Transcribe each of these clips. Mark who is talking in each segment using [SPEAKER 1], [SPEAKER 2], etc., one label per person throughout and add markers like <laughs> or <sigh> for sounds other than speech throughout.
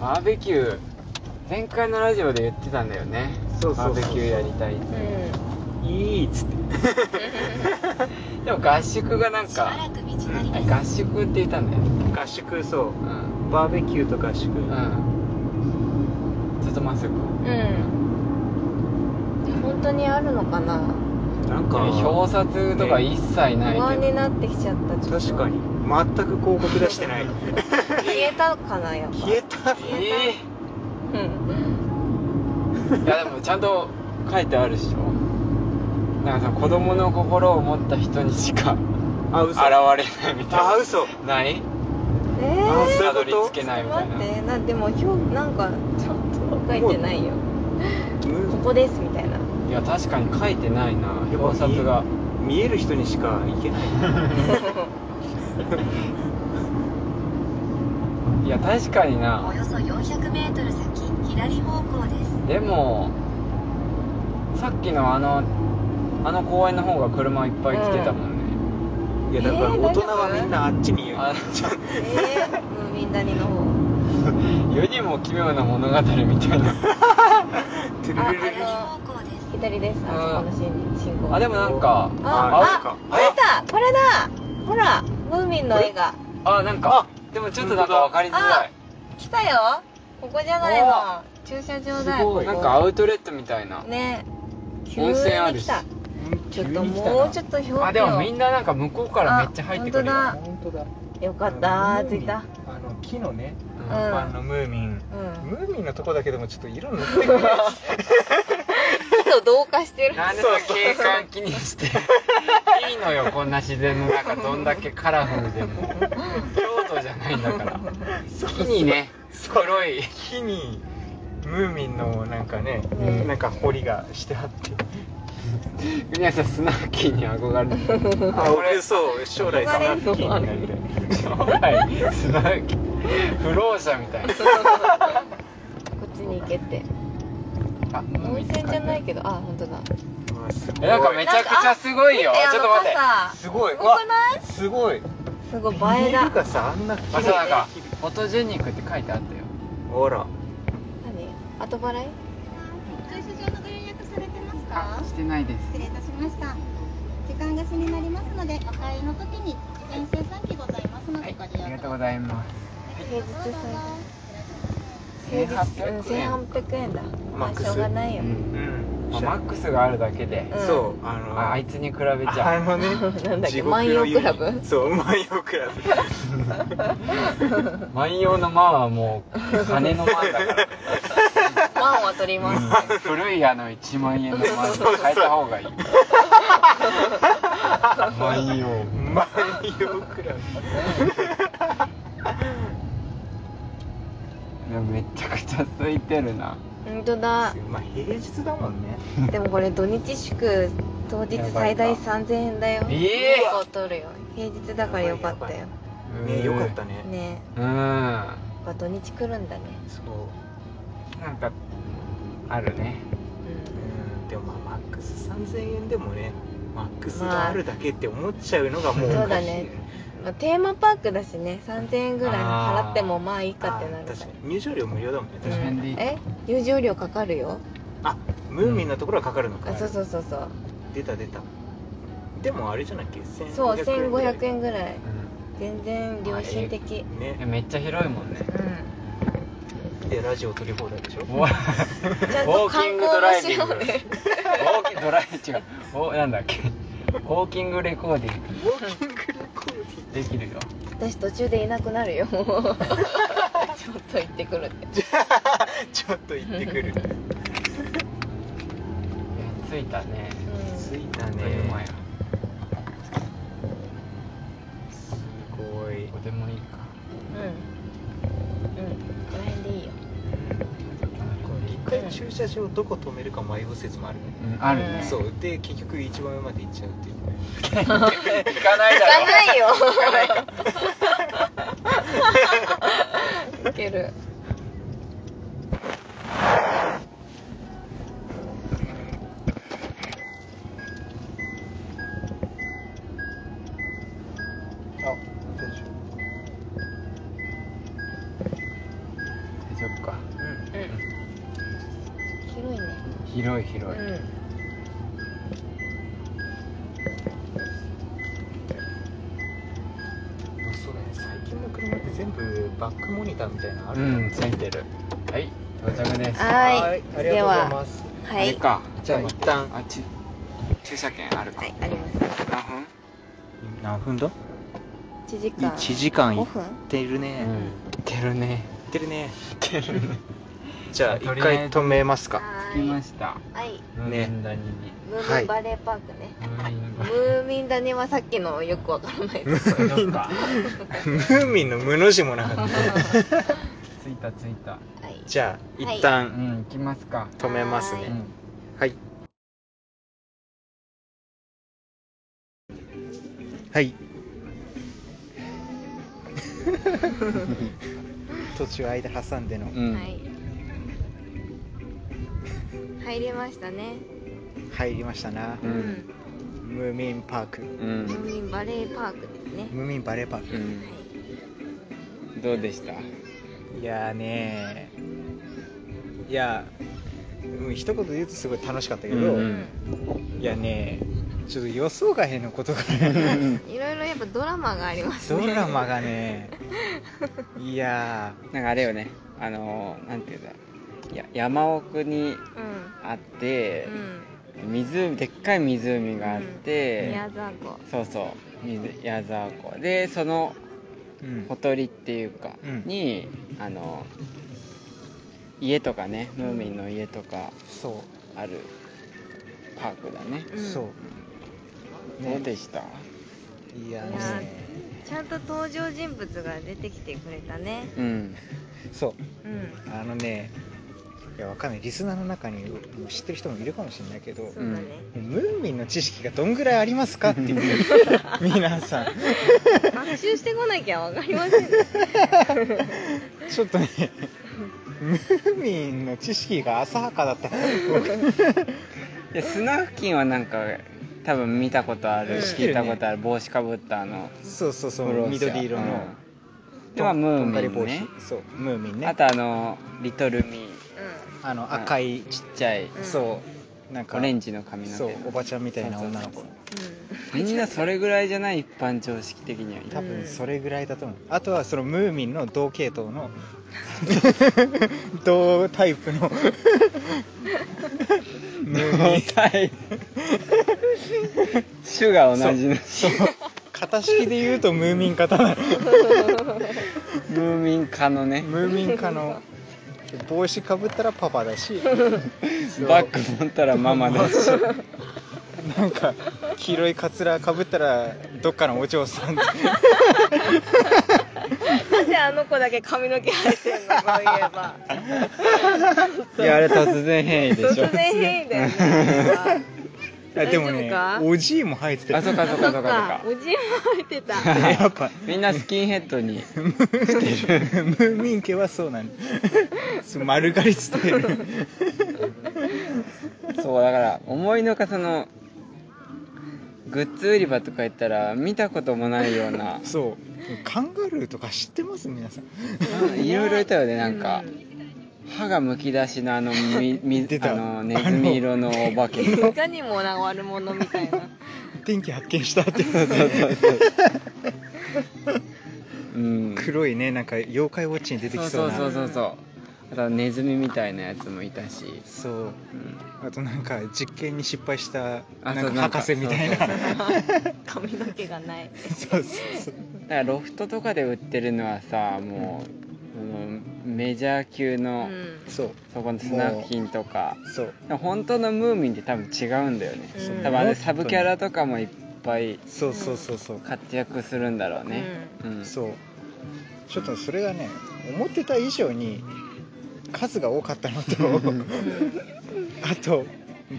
[SPEAKER 1] バーベキュー前回のラジオで言ってたんだよね
[SPEAKER 2] そうそうそう
[SPEAKER 1] バーベキューやりたいって
[SPEAKER 2] いいっつって
[SPEAKER 1] でも合宿がなん
[SPEAKER 3] しばら
[SPEAKER 1] か
[SPEAKER 3] く道なりです。
[SPEAKER 1] 合宿って言ったんだよね
[SPEAKER 2] 合宿そう
[SPEAKER 1] うん
[SPEAKER 2] バーベキューとか合宿、
[SPEAKER 1] うんちょっとまっすぐ
[SPEAKER 4] うん本当にあるのかな
[SPEAKER 2] なんか
[SPEAKER 1] 表札とか一切ない
[SPEAKER 4] 不安
[SPEAKER 1] け
[SPEAKER 4] になってきちゃったちょっと
[SPEAKER 2] 確かに全く広告出してない
[SPEAKER 4] 消えたかなやっぱ
[SPEAKER 2] 消えた
[SPEAKER 1] どえ
[SPEAKER 4] うん
[SPEAKER 1] えいやでもちゃんと書いてあるっしょなんかさ子供の心を持った人にしか
[SPEAKER 2] あ
[SPEAKER 1] 現
[SPEAKER 2] 嘘
[SPEAKER 1] れないみたいな
[SPEAKER 2] あ嘘
[SPEAKER 1] ない
[SPEAKER 4] え
[SPEAKER 2] あ
[SPEAKER 4] ー
[SPEAKER 2] そうい
[SPEAKER 1] た
[SPEAKER 2] うこ
[SPEAKER 1] ど
[SPEAKER 2] と
[SPEAKER 1] り着けないみたい
[SPEAKER 4] 待
[SPEAKER 1] な
[SPEAKER 4] ってなでも表なんかちょっと書いてないよ
[SPEAKER 2] む
[SPEAKER 4] ここですみたいない
[SPEAKER 1] や確かに書いてないな
[SPEAKER 2] やっぱ
[SPEAKER 1] 表札が
[SPEAKER 2] 見える人にしか行けない
[SPEAKER 4] <laughs>
[SPEAKER 1] いや確かに
[SPEAKER 3] お
[SPEAKER 1] な
[SPEAKER 3] よそ400メートル先、左方向です。
[SPEAKER 1] でもさっきのあのあの公園の方が車いっぱい来てたもんね、
[SPEAKER 2] いやだから
[SPEAKER 4] えー
[SPEAKER 2] 大人はみんなあっちに言う、
[SPEAKER 1] あ
[SPEAKER 4] えー、 <laughs>
[SPEAKER 2] <laughs>
[SPEAKER 4] ムーミン谷の方
[SPEAKER 1] 世にも奇妙な物語みたいな
[SPEAKER 2] <laughs> トゥルルルル
[SPEAKER 3] 左方向です。
[SPEAKER 4] 左ですあそこの信信号
[SPEAKER 1] あでもなんか
[SPEAKER 4] あ
[SPEAKER 2] あ
[SPEAKER 4] ああれだこれだほらムーミンの絵が
[SPEAKER 1] あなんかでもちょっとなんか分かりづらい
[SPEAKER 4] 来たよここじゃないの駐車場だ
[SPEAKER 2] す
[SPEAKER 4] よ
[SPEAKER 2] ごい
[SPEAKER 4] こ
[SPEAKER 1] な
[SPEAKER 4] こ
[SPEAKER 1] んかアウトレットみたいな、
[SPEAKER 4] ね急
[SPEAKER 1] 温
[SPEAKER 4] に
[SPEAKER 1] 泉あるし
[SPEAKER 4] 来たちょっと
[SPEAKER 1] 急に来たな
[SPEAKER 4] もうちょっと表
[SPEAKER 1] あでもみんななんか向こうからめっちゃ入ってくるよ
[SPEAKER 4] あ
[SPEAKER 2] 本当だ
[SPEAKER 4] よかった着 <laughs> いた
[SPEAKER 2] あの木のね
[SPEAKER 1] うん
[SPEAKER 4] うん
[SPEAKER 2] あのムーミン
[SPEAKER 4] うん
[SPEAKER 2] ムーミンのとこだけでもちょっと色塗ってくれ
[SPEAKER 4] そう同化してる
[SPEAKER 1] なんでその景観気にしていいのよこんな自然の中どんだけカラフルでも京都じゃないんだから木にね黒い
[SPEAKER 2] 木にムーミンのなんかね、
[SPEAKER 4] ね
[SPEAKER 2] なんか彫りがしてあって
[SPEAKER 1] 皆さんスナッキーに憧れてる
[SPEAKER 2] あ俺そう将来スナ
[SPEAKER 4] <laughs>
[SPEAKER 2] ッキーになりたい
[SPEAKER 1] はいスナッキー不老者みたいな
[SPEAKER 4] こっちに行けって
[SPEAKER 1] あ
[SPEAKER 4] 温泉じゃないけどあ本当だ
[SPEAKER 2] うわすごい
[SPEAKER 1] えなんかめちゃくちゃすごいよ
[SPEAKER 4] なんかあ
[SPEAKER 1] ちょっと待って
[SPEAKER 4] 見あの傘
[SPEAKER 2] すごい
[SPEAKER 4] すごくな
[SPEAKER 2] わすごい
[SPEAKER 4] いすごい映え
[SPEAKER 2] ビニール
[SPEAKER 4] だ
[SPEAKER 2] 傘あんな綺
[SPEAKER 1] あそうなんか
[SPEAKER 2] 麗
[SPEAKER 1] フォトジェニックって書いてあったよ
[SPEAKER 2] ほら
[SPEAKER 4] 何後払い
[SPEAKER 5] 駐車場のご予約されてます
[SPEAKER 1] あ
[SPEAKER 5] か
[SPEAKER 1] してないです
[SPEAKER 5] 失礼いたしました時間貸しになりますのでお帰りの時に電車3機ございますの
[SPEAKER 1] は
[SPEAKER 5] で
[SPEAKER 1] い
[SPEAKER 5] ご利
[SPEAKER 1] あ
[SPEAKER 5] 用
[SPEAKER 1] りが
[SPEAKER 5] く
[SPEAKER 1] と
[SPEAKER 5] だ
[SPEAKER 1] う
[SPEAKER 5] さい
[SPEAKER 1] ございます
[SPEAKER 4] 平日
[SPEAKER 5] どうぞ
[SPEAKER 4] 平日うん
[SPEAKER 1] 1800円
[SPEAKER 4] 1800円だ
[SPEAKER 2] マ
[SPEAKER 4] ま
[SPEAKER 2] ッ
[SPEAKER 4] あ
[SPEAKER 2] ク
[SPEAKER 4] し
[SPEAKER 2] ス
[SPEAKER 4] ょうがないよ
[SPEAKER 2] うん
[SPEAKER 1] まあマックスがあるだけで
[SPEAKER 4] うん
[SPEAKER 2] そうあの
[SPEAKER 1] ああいつに比べち
[SPEAKER 2] あ
[SPEAKER 1] ゃ
[SPEAKER 2] のね
[SPEAKER 4] <laughs> なんだっけ
[SPEAKER 2] 地獄の
[SPEAKER 4] 万葉クラブ
[SPEAKER 2] そう万葉クラブ
[SPEAKER 1] う万葉の間はもう金の間だから
[SPEAKER 4] ワンは取ります
[SPEAKER 1] <laughs> 古いあの1万円の万葉変えた方がいい万葉
[SPEAKER 2] 万葉クラ
[SPEAKER 1] でもめちゃくちゃ空いてるな
[SPEAKER 4] 本当だ
[SPEAKER 2] ブまあ平日だもんね
[SPEAKER 4] でもこれ土日祝当日最大3000円だよ
[SPEAKER 1] ええ
[SPEAKER 4] 結構取るよ平日だからよかったよ
[SPEAKER 2] ねよかったね
[SPEAKER 4] ね
[SPEAKER 1] うんな
[SPEAKER 4] えやっぱ土日来るんだね
[SPEAKER 2] そ
[SPEAKER 1] んかあるね
[SPEAKER 2] ううんでもまあマックス3000円でもねマックスがあるだけって思っちゃうのがもうおかしい
[SPEAKER 4] そうだねまあ、テーマパークだしね3000円ぐらい払ってもまあいいかってなる
[SPEAKER 2] あ
[SPEAKER 4] か
[SPEAKER 2] 確かに入場料無料だもんね確
[SPEAKER 4] ら
[SPEAKER 2] か
[SPEAKER 1] 確
[SPEAKER 2] に、
[SPEAKER 1] か
[SPEAKER 4] うん
[SPEAKER 1] に
[SPEAKER 4] え入場料かかるよ
[SPEAKER 2] あムーミンのところはかかるのか
[SPEAKER 4] あそうそうそうそう
[SPEAKER 2] 出た出たでもあれじゃなきゃ1500円
[SPEAKER 4] そう1500
[SPEAKER 2] 円
[SPEAKER 4] 円ぐらい全然良心的
[SPEAKER 1] え
[SPEAKER 2] ね
[SPEAKER 1] めっちゃ広いもんね
[SPEAKER 4] うん
[SPEAKER 2] でラジオ撮り放題
[SPEAKER 1] <laughs>
[SPEAKER 2] でし <laughs> ょ
[SPEAKER 1] おウォ
[SPEAKER 4] ちゃんと
[SPEAKER 1] ーキ
[SPEAKER 4] 観
[SPEAKER 1] ングドライ
[SPEAKER 4] 光も
[SPEAKER 1] ビ
[SPEAKER 4] し
[SPEAKER 1] ング
[SPEAKER 4] よ
[SPEAKER 1] ウ
[SPEAKER 4] うね
[SPEAKER 1] ォーキングドライ違うおなんだっけウォーキングレコーディン
[SPEAKER 2] ウォーキングレコーディ
[SPEAKER 1] グできるよ
[SPEAKER 4] 私途中でいなくなるよちょっと行ってくるって
[SPEAKER 2] ちょっと行ってくる
[SPEAKER 1] いや着いたね
[SPEAKER 2] 着いた
[SPEAKER 1] あっという間や
[SPEAKER 2] ねすごい
[SPEAKER 1] どこでもいいか
[SPEAKER 4] うんうんうんこの辺でいいよ
[SPEAKER 2] 一回駐車場どこ止めるか迷う説もあるね
[SPEAKER 1] うんあるね
[SPEAKER 2] そうで結局一番上まで行っちゃうっていう
[SPEAKER 1] 行かない
[SPEAKER 4] 行
[SPEAKER 1] だろ
[SPEAKER 4] かないよ
[SPEAKER 1] 行かない <laughs> か
[SPEAKER 4] 行ける
[SPEAKER 2] あ
[SPEAKER 1] 大丈夫
[SPEAKER 6] 広いう広い、
[SPEAKER 4] ん
[SPEAKER 2] そうだね最近の車って全部バックモニターみたいなのある
[SPEAKER 6] うん、ついてる。はい、到着です。
[SPEAKER 4] はい
[SPEAKER 2] ありがとうございます
[SPEAKER 6] あ
[SPEAKER 4] は
[SPEAKER 6] れ
[SPEAKER 4] い
[SPEAKER 6] か、じゃあ
[SPEAKER 2] はい
[SPEAKER 6] 一旦、あっち、駐車券あるか。
[SPEAKER 4] はいあります
[SPEAKER 6] 何分
[SPEAKER 2] 何分だ
[SPEAKER 4] 1時間
[SPEAKER 2] 1時間い
[SPEAKER 4] 5
[SPEAKER 2] っ
[SPEAKER 4] 分
[SPEAKER 2] てるね、
[SPEAKER 6] うん。出るね。
[SPEAKER 2] いってるね
[SPEAKER 6] 出るね。
[SPEAKER 2] じゃあ一回止めます <laughs> か
[SPEAKER 6] 着きました。
[SPEAKER 4] はい
[SPEAKER 2] ね
[SPEAKER 6] ムーミン谷に。
[SPEAKER 4] ムーミンバレーパークね、
[SPEAKER 6] ム <laughs> ーミン
[SPEAKER 4] ムーミンダニはさっきのよくわからないです
[SPEAKER 6] 谷。そっか。
[SPEAKER 2] ムーミンの無の字もなかった <laughs>
[SPEAKER 6] 着いた着いた。
[SPEAKER 4] はい
[SPEAKER 2] じゃあ
[SPEAKER 4] はい
[SPEAKER 2] 一
[SPEAKER 6] う
[SPEAKER 2] 旦
[SPEAKER 6] ん、行きますか。
[SPEAKER 2] 止めますね、
[SPEAKER 4] は
[SPEAKER 6] う
[SPEAKER 4] い
[SPEAKER 6] ん。
[SPEAKER 2] はい。 <laughs> はい。途中間挟んでの
[SPEAKER 6] うん。
[SPEAKER 4] はい。入りましたね。
[SPEAKER 2] 入りましたな
[SPEAKER 6] う。ん。
[SPEAKER 2] ムーミンパーク。
[SPEAKER 6] う
[SPEAKER 4] ム
[SPEAKER 6] ん。
[SPEAKER 4] ーミンバレーパークですね。
[SPEAKER 2] ムーミンバレーパー
[SPEAKER 6] う
[SPEAKER 2] ク。
[SPEAKER 6] ん。どうでした
[SPEAKER 2] いやーねー。いやー、うん一言で言うとすごい楽しかったけど、
[SPEAKER 6] う
[SPEAKER 4] うんん。
[SPEAKER 2] いやねー、ちょっと予想外の <laughs> ことが
[SPEAKER 4] いろいろやっぱドラマがあります
[SPEAKER 2] ド
[SPEAKER 4] ね。
[SPEAKER 2] ラマがね、いや
[SPEAKER 1] なんかあれよね、あのー、なんていうんだや、山奥に
[SPEAKER 4] うん。
[SPEAKER 1] あって
[SPEAKER 4] う、ん。
[SPEAKER 1] 湖、でっかい湖があって
[SPEAKER 4] 宮、沢湖。
[SPEAKER 1] そうそう、水矢沢湖。で、その
[SPEAKER 2] ー、うん
[SPEAKER 1] ほとりっていうか、
[SPEAKER 2] うん
[SPEAKER 1] に、あのー、家とかね、ムーミンの家とか
[SPEAKER 2] そう。
[SPEAKER 1] あるパークだね。
[SPEAKER 4] うん
[SPEAKER 2] そう、
[SPEAKER 1] どう
[SPEAKER 2] ね、
[SPEAKER 1] でした
[SPEAKER 2] いや
[SPEAKER 4] いや
[SPEAKER 2] ね
[SPEAKER 4] ちゃんと登場人物が出てきてくれたね。
[SPEAKER 1] うん。
[SPEAKER 2] そう
[SPEAKER 4] うん。
[SPEAKER 2] あのねいやわかんないリスナーの中にもう知ってる人もいるかもしれないけど
[SPEAKER 4] そうだね。
[SPEAKER 2] ムーミンの知識がどんぐらいありますかっていう皆さん
[SPEAKER 4] 学習してこなきゃわかりませんね。
[SPEAKER 2] ちょっとねムーミンの知識が浅はかだった
[SPEAKER 1] で、砂付近はなんか、多分見たことあ
[SPEAKER 4] うん
[SPEAKER 1] るし、聞いたことある、帽子かぶったあの、
[SPEAKER 2] そうそうそ
[SPEAKER 1] フロ
[SPEAKER 2] う
[SPEAKER 1] ーシャ
[SPEAKER 2] 緑色の、
[SPEAKER 1] うんではムー
[SPEAKER 2] とんがり
[SPEAKER 1] ミン
[SPEAKER 2] 帽
[SPEAKER 1] ね
[SPEAKER 2] 子そうムーミンね
[SPEAKER 1] あとあのリトルミー
[SPEAKER 2] あの赤い、
[SPEAKER 1] ちっちゃい
[SPEAKER 4] うん
[SPEAKER 2] そうなんか
[SPEAKER 1] オレンジの髪の
[SPEAKER 2] そう
[SPEAKER 1] 毛
[SPEAKER 2] おばちゃんみたいな女の子
[SPEAKER 1] そうそう
[SPEAKER 4] う
[SPEAKER 1] みんなそれぐらいじゃない一般常識的には
[SPEAKER 2] 多
[SPEAKER 4] う
[SPEAKER 2] 分
[SPEAKER 4] ん
[SPEAKER 2] それぐらいだと思う、あとはそのムーミンの同系統
[SPEAKER 4] <laughs>
[SPEAKER 2] の同タイプのムーミン
[SPEAKER 1] い種が同じの
[SPEAKER 2] 型式で言うとムーミン型だ
[SPEAKER 1] ムーミン科のね
[SPEAKER 2] ムーミン化の帽子かぶったらパパだしそう
[SPEAKER 1] バッグ持ったらママだし
[SPEAKER 2] なんか黄色いカツラかぶったらどっかのお嬢さん
[SPEAKER 4] <laughs> ん。なぜあの子だけ髪の毛生えてるのそういえば。
[SPEAKER 1] いやあれ突然変異で
[SPEAKER 4] 突
[SPEAKER 1] しょ
[SPEAKER 4] 然変異だよね。
[SPEAKER 2] あでもね
[SPEAKER 4] 大丈夫か
[SPEAKER 2] おじいも生えて
[SPEAKER 1] <laughs>
[SPEAKER 2] た
[SPEAKER 1] あそっかそっかそっか
[SPEAKER 4] おじいも生えてた。
[SPEAKER 1] そっか
[SPEAKER 2] やっ
[SPEAKER 4] <laughs>
[SPEAKER 2] ぱ
[SPEAKER 1] みんなスキンヘッドに
[SPEAKER 2] ムーミン家はそう
[SPEAKER 4] <laughs>
[SPEAKER 2] なんです丸刈りスタイル
[SPEAKER 1] そうだから思いのかそのグッズ売り場とか行ったら見たこともないような
[SPEAKER 2] そうカンガルーとか知ってます皆さん
[SPEAKER 1] うんいろいろいたよねなんか、歯がむき出しのあのみみ
[SPEAKER 2] 出た
[SPEAKER 1] あのネズミ色のお化けみ
[SPEAKER 4] いかにもな悪者みたいな。
[SPEAKER 2] 天気発見したって
[SPEAKER 1] <laughs> うん
[SPEAKER 2] 黒いねなんか妖怪ウォッチに出て
[SPEAKER 1] そう
[SPEAKER 2] きそ
[SPEAKER 1] そうう
[SPEAKER 2] な
[SPEAKER 1] そうそうそうあとネズミみたいなやつもいたし、
[SPEAKER 2] そう
[SPEAKER 1] うん、
[SPEAKER 2] あとなんか実験に失敗したな
[SPEAKER 1] あ
[SPEAKER 2] ん
[SPEAKER 1] そう
[SPEAKER 2] か博士みたいな
[SPEAKER 1] なんか
[SPEAKER 4] 髪の毛がない。
[SPEAKER 2] そうそうそう
[SPEAKER 1] だからロフトとかで売ってるのはさもう、あのメジャー級
[SPEAKER 4] う
[SPEAKER 1] の、
[SPEAKER 4] ん。
[SPEAKER 2] そう
[SPEAKER 1] そこのスナフキンとか
[SPEAKER 2] そう
[SPEAKER 1] 本当のムーミンって多分違うんだよね、
[SPEAKER 4] うん
[SPEAKER 1] 多分あれサブキャラとかもいっぱい
[SPEAKER 2] そうそうそうそう
[SPEAKER 1] 活躍するんだろうね、うん
[SPEAKER 2] そうちょっとそれがね思ってた以上に数が多かったのとあと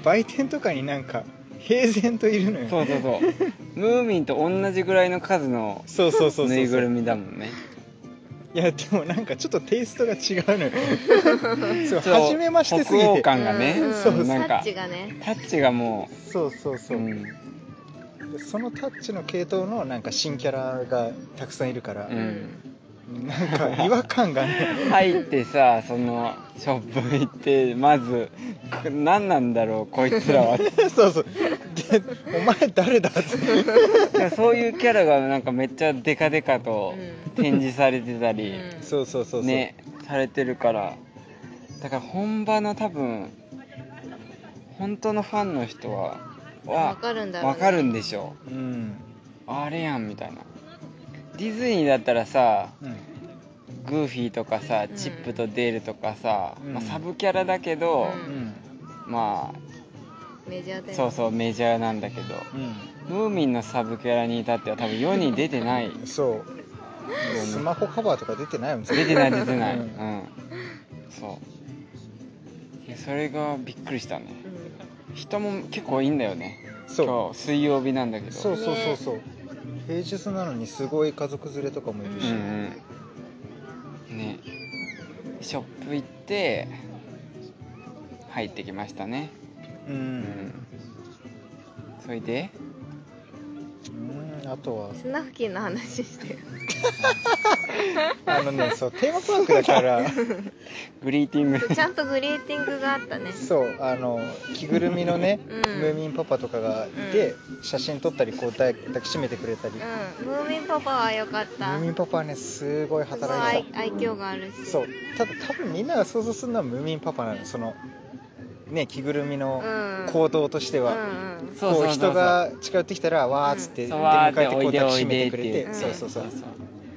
[SPEAKER 2] 売店とかになんか平然といるのよ
[SPEAKER 1] そうそうそうムーミンと同じぐらいの数の
[SPEAKER 2] そうそうそうそう
[SPEAKER 1] ぬいぐるみだもんね
[SPEAKER 2] いやでもなんかちょっとテイストが違うのよ
[SPEAKER 1] <laughs>
[SPEAKER 2] そ
[SPEAKER 1] ちょ
[SPEAKER 2] う
[SPEAKER 1] っと
[SPEAKER 2] 初めましてすぎ
[SPEAKER 1] 北欧
[SPEAKER 2] て
[SPEAKER 1] 感がね、
[SPEAKER 4] うん
[SPEAKER 2] そう
[SPEAKER 1] なんか
[SPEAKER 4] タッ
[SPEAKER 1] タ
[SPEAKER 4] チ
[SPEAKER 1] ッ
[SPEAKER 4] がね。
[SPEAKER 1] チがも
[SPEAKER 2] そうそう
[SPEAKER 1] う、
[SPEAKER 2] そうう、
[SPEAKER 1] ん、
[SPEAKER 2] でそのタッチの系統のなんか新キャラがたくさんいるから、
[SPEAKER 1] うん
[SPEAKER 2] なんか違和感
[SPEAKER 1] <laughs>
[SPEAKER 2] がね
[SPEAKER 1] 入ってさそのショップ行ってまずこ何なんだろうこいつら
[SPEAKER 4] <laughs>
[SPEAKER 1] は
[SPEAKER 2] そうそうでお前誰だって
[SPEAKER 1] そういうキャラがなんかめっちゃデカデカと
[SPEAKER 4] うん
[SPEAKER 1] 展示されてたり、
[SPEAKER 4] うん
[SPEAKER 2] そうそうそうそう、
[SPEAKER 1] ねされてるからだから本場の多分本当のファンの人はは
[SPEAKER 4] わかるんだろうね
[SPEAKER 1] わかるんでしょ
[SPEAKER 2] うん、
[SPEAKER 1] あれやんみたいなディズニーだったらさ
[SPEAKER 2] うん、
[SPEAKER 1] グーフィーとかさ
[SPEAKER 4] うん
[SPEAKER 1] チップとデールとかさ、
[SPEAKER 2] うん
[SPEAKER 1] まあ、サブキャラだけど、
[SPEAKER 2] う
[SPEAKER 4] う
[SPEAKER 2] んん
[SPEAKER 1] ま
[SPEAKER 4] メジャーだよ
[SPEAKER 1] あ
[SPEAKER 4] ね
[SPEAKER 1] そうそうメジャーなんだけどムーミンのサブキャラに至っては多分世に出てない
[SPEAKER 2] うんそうスマホカバーとか出てないもん
[SPEAKER 1] 出てない出てない、う
[SPEAKER 2] うん
[SPEAKER 1] ん、そうでそれがびっくりしたね
[SPEAKER 4] うん
[SPEAKER 1] 人も結構いいんだよね
[SPEAKER 2] そう
[SPEAKER 1] 今日水曜日なんだけど
[SPEAKER 2] そうそうそうそう平日なのにすごい家族連れとかもいる
[SPEAKER 1] う
[SPEAKER 2] し、
[SPEAKER 1] んうんねショップ行って入ってきましたね
[SPEAKER 2] う
[SPEAKER 1] うんんそれで
[SPEAKER 2] うんあとは
[SPEAKER 4] 砂付近の話してよ
[SPEAKER 2] あのねそうテーマパークだ
[SPEAKER 4] <laughs>
[SPEAKER 2] から
[SPEAKER 1] グリーティング
[SPEAKER 4] ちゃんとグリーティングがあったね
[SPEAKER 2] そうあの着ぐるみのね、
[SPEAKER 4] うん
[SPEAKER 2] ムーミンパパとかがいて、写真撮ったりこう抱きしめてくれたり、ム
[SPEAKER 4] うんムーミンパパは良かった
[SPEAKER 2] ーミンパパはねすごい
[SPEAKER 4] すごい
[SPEAKER 2] 働い
[SPEAKER 4] 愛
[SPEAKER 2] て
[SPEAKER 4] 愛嬌がある
[SPEAKER 2] た
[SPEAKER 4] し
[SPEAKER 2] そうただ多分みんなが想像するのはムーミンパパなのそのね着ぐるみの
[SPEAKER 4] うん
[SPEAKER 2] 行動として
[SPEAKER 4] うんう
[SPEAKER 2] は、
[SPEAKER 4] ん
[SPEAKER 1] そうそうそうそ
[SPEAKER 2] こう
[SPEAKER 1] う
[SPEAKER 2] 人が近寄ってきたらわーっつって
[SPEAKER 1] うん
[SPEAKER 2] 出迎えてこう
[SPEAKER 1] そうわーって
[SPEAKER 2] 抱きしめてくれ
[SPEAKER 1] おいでおいでって
[SPEAKER 2] て
[SPEAKER 1] 言
[SPEAKER 4] って
[SPEAKER 2] そうそうそう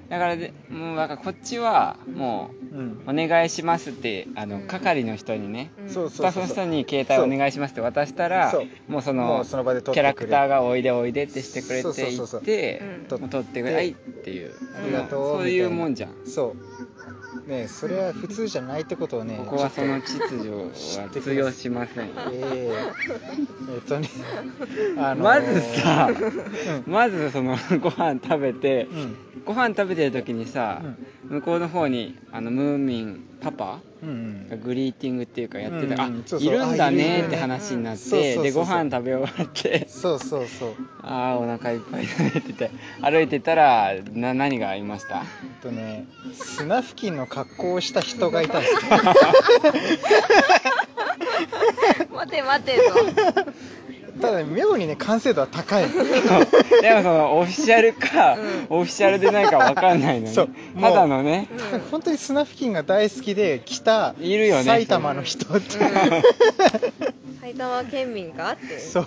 [SPEAKER 1] だからでもうだからこっちはも
[SPEAKER 2] うん
[SPEAKER 1] うお願いしますってあの、
[SPEAKER 4] うん
[SPEAKER 1] 係の人にね
[SPEAKER 4] うん
[SPEAKER 2] そう
[SPEAKER 1] スタッフの人に携帯お願いしますって渡したら
[SPEAKER 2] そう
[SPEAKER 1] もうそ
[SPEAKER 2] も
[SPEAKER 1] の
[SPEAKER 2] うその場で撮っ
[SPEAKER 1] キャ
[SPEAKER 2] て
[SPEAKER 1] ラ
[SPEAKER 2] く
[SPEAKER 1] ク
[SPEAKER 2] れ
[SPEAKER 1] ター
[SPEAKER 2] る
[SPEAKER 1] がおいでおいでってしてくれ
[SPEAKER 2] そうそう
[SPEAKER 1] て
[SPEAKER 2] そ
[SPEAKER 1] いう
[SPEAKER 2] そう
[SPEAKER 1] って
[SPEAKER 4] うん
[SPEAKER 1] もう撮ってくれはいっていう
[SPEAKER 2] ありがとう
[SPEAKER 1] もそういう
[SPEAKER 2] みたいな
[SPEAKER 1] もんじゃ
[SPEAKER 2] <laughs>
[SPEAKER 1] ん
[SPEAKER 2] そうねそれは普通じゃないってことをね
[SPEAKER 1] ここはその秩序は通用しませんよ
[SPEAKER 2] えええっとね、あのー
[SPEAKER 1] まずさ、
[SPEAKER 2] う
[SPEAKER 1] まずその <laughs> ご飯食べて、
[SPEAKER 2] うん、
[SPEAKER 1] ご飯食べてる時にさ、向こうの方にあのムーミンパパ
[SPEAKER 2] うん、うん
[SPEAKER 1] が、グリーティングっていうかやってて、
[SPEAKER 2] うん
[SPEAKER 1] あ
[SPEAKER 2] そうそう
[SPEAKER 1] いるんだ
[SPEAKER 2] あい
[SPEAKER 1] ね
[SPEAKER 2] る
[SPEAKER 1] っ
[SPEAKER 2] んだね
[SPEAKER 1] て話になっ
[SPEAKER 2] うんそうそう
[SPEAKER 1] て、
[SPEAKER 2] そう
[SPEAKER 1] でご飯食べ終わって
[SPEAKER 2] そうそうそう、
[SPEAKER 1] ああお腹いっぱいだねって言って歩いてたらな何がありました <laughs>
[SPEAKER 2] えっとね、砂付近の格好をした人がいたんですよ。
[SPEAKER 4] 待て待てと
[SPEAKER 2] ただ、ね、妙にね、完成度は高い。
[SPEAKER 1] そうでもそのオフィシャルか、オフィシャルでないかわかんないのに、
[SPEAKER 2] そう
[SPEAKER 1] ただのね
[SPEAKER 2] 本当に砂付近が大好きで来た
[SPEAKER 1] いるよね
[SPEAKER 2] 埼玉の人って、
[SPEAKER 4] 埼玉県民かっていう
[SPEAKER 2] そう、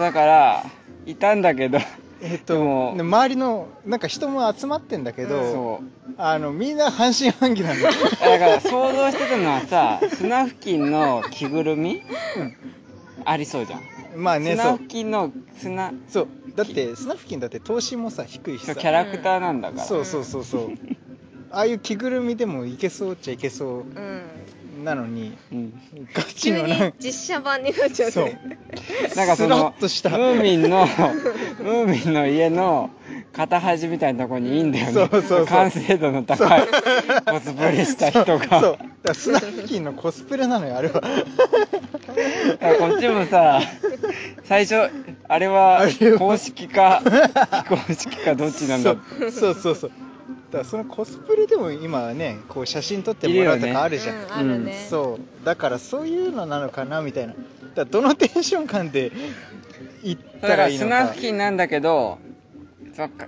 [SPEAKER 1] だからいたんだけど
[SPEAKER 2] え
[SPEAKER 1] で
[SPEAKER 2] っと、
[SPEAKER 1] も
[SPEAKER 2] ね周りのなんか人も集まってんだけど、
[SPEAKER 1] そう
[SPEAKER 2] あのみんな半信半疑なんだよ。
[SPEAKER 1] だから想像してたのはさ砂付近の着ぐるみ、ありそうじゃん、
[SPEAKER 2] まあね、そ
[SPEAKER 1] 砂
[SPEAKER 2] う
[SPEAKER 1] 付、近の砂
[SPEAKER 2] そう、だって砂付近だって投資もさ低いし
[SPEAKER 1] キ
[SPEAKER 2] さ。
[SPEAKER 1] ャラクターなんだから、
[SPEAKER 2] そうそうそうそうああいう着ぐるみでもいけそうっちゃいけそう
[SPEAKER 4] うん
[SPEAKER 2] なのに
[SPEAKER 1] うん
[SPEAKER 2] ガチ
[SPEAKER 4] 急
[SPEAKER 2] の
[SPEAKER 4] に
[SPEAKER 2] なんか
[SPEAKER 4] 実写版になっちゃう
[SPEAKER 2] そう
[SPEAKER 4] ね
[SPEAKER 1] なんかそ
[SPEAKER 2] スラ
[SPEAKER 1] の
[SPEAKER 2] ッとした
[SPEAKER 1] ムーミンのムーミンの家の片端みたいなとこにいいんだよね
[SPEAKER 2] そうそうそう
[SPEAKER 1] 完成度の高いコスプレした人が
[SPEAKER 2] そうだからスナフキンのコスプレなのよあれは
[SPEAKER 1] だからこっちもさ最初あれは
[SPEAKER 2] あれは
[SPEAKER 1] 公式か非公式かどっちなんだ
[SPEAKER 2] そうそうそうそうだからそのコスプレでも今はねこう写真撮ってもらうとかあるじゃん、
[SPEAKER 4] うんあるね
[SPEAKER 2] そうだからそういうのなのかなみたいなだからどのテンション感で行っ
[SPEAKER 1] だか
[SPEAKER 2] たら
[SPEAKER 1] ら
[SPEAKER 2] いいの
[SPEAKER 1] 砂
[SPEAKER 2] か
[SPEAKER 1] 付近なんだけどそっか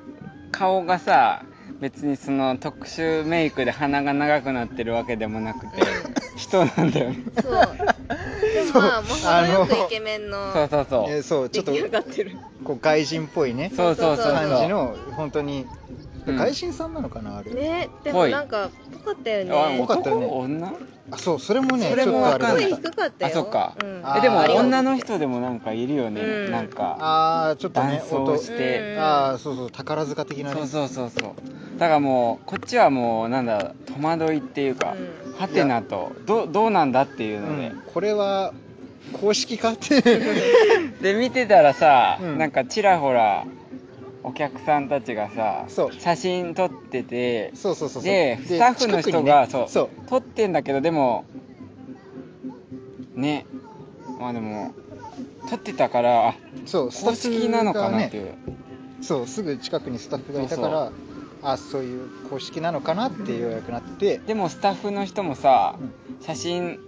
[SPEAKER 1] 顔がさ別にその特殊メイクで鼻が長くなってるわけでもなくて人なんだよね
[SPEAKER 4] そうでもまあ
[SPEAKER 2] そう
[SPEAKER 4] まあ程よく
[SPEAKER 2] あの
[SPEAKER 4] イケメンの
[SPEAKER 1] そうそうそ
[SPEAKER 2] えー
[SPEAKER 1] う
[SPEAKER 2] そうちょ
[SPEAKER 4] 出
[SPEAKER 2] っと
[SPEAKER 4] 来上がってる
[SPEAKER 2] こう外人っぽいね
[SPEAKER 1] そうそうそう
[SPEAKER 2] 感じ
[SPEAKER 1] そう
[SPEAKER 2] の本当に
[SPEAKER 1] うん
[SPEAKER 2] 外人さんなのかなあれ、
[SPEAKER 4] ねでもなんかぽかったよ
[SPEAKER 1] あ
[SPEAKER 4] ね
[SPEAKER 2] ぽかったよね
[SPEAKER 1] 男女
[SPEAKER 2] あそうそれもね
[SPEAKER 1] それもわかんな
[SPEAKER 2] ち
[SPEAKER 1] い
[SPEAKER 2] ょ
[SPEAKER 4] 声
[SPEAKER 2] っとあれだっ
[SPEAKER 4] 低かったよ
[SPEAKER 1] あそっか
[SPEAKER 4] うん
[SPEAKER 2] あ
[SPEAKER 1] えでも
[SPEAKER 2] ありがとう
[SPEAKER 1] 女の人でもなんかいるよね、
[SPEAKER 4] うん
[SPEAKER 1] なん
[SPEAKER 2] た
[SPEAKER 1] か
[SPEAKER 2] ああちょっと
[SPEAKER 1] 男
[SPEAKER 2] ね
[SPEAKER 1] 装
[SPEAKER 2] 音
[SPEAKER 1] して、
[SPEAKER 2] ああそうそう宝塚的な
[SPEAKER 1] そう
[SPEAKER 2] ね
[SPEAKER 1] そうそうそうだからもうこっちはもうなんだ戸惑いっていうか、
[SPEAKER 4] う
[SPEAKER 1] ハテナとどうどうなんだっていうので、
[SPEAKER 2] ん、これは公式かって
[SPEAKER 1] <laughs> で見てたらさ、
[SPEAKER 2] うん
[SPEAKER 1] なんかちらほらお客さんたちがさ
[SPEAKER 2] そう
[SPEAKER 1] 写真撮ってて
[SPEAKER 2] そうそうそうそう
[SPEAKER 1] でスタッフの
[SPEAKER 2] 近く
[SPEAKER 1] 人
[SPEAKER 2] に
[SPEAKER 1] が、
[SPEAKER 2] ね、
[SPEAKER 1] そう
[SPEAKER 2] そう
[SPEAKER 1] 撮ってんだけどでもねまあでも撮ってたからあ
[SPEAKER 2] そうスタ
[SPEAKER 1] 公
[SPEAKER 2] ッフ
[SPEAKER 1] 式なのかなっていう、
[SPEAKER 2] がねそうすぐ近くにスタッフがいたからあそういう公式なのかなってようやくなって
[SPEAKER 1] でもスタッフの人もさ
[SPEAKER 2] うん
[SPEAKER 1] 写真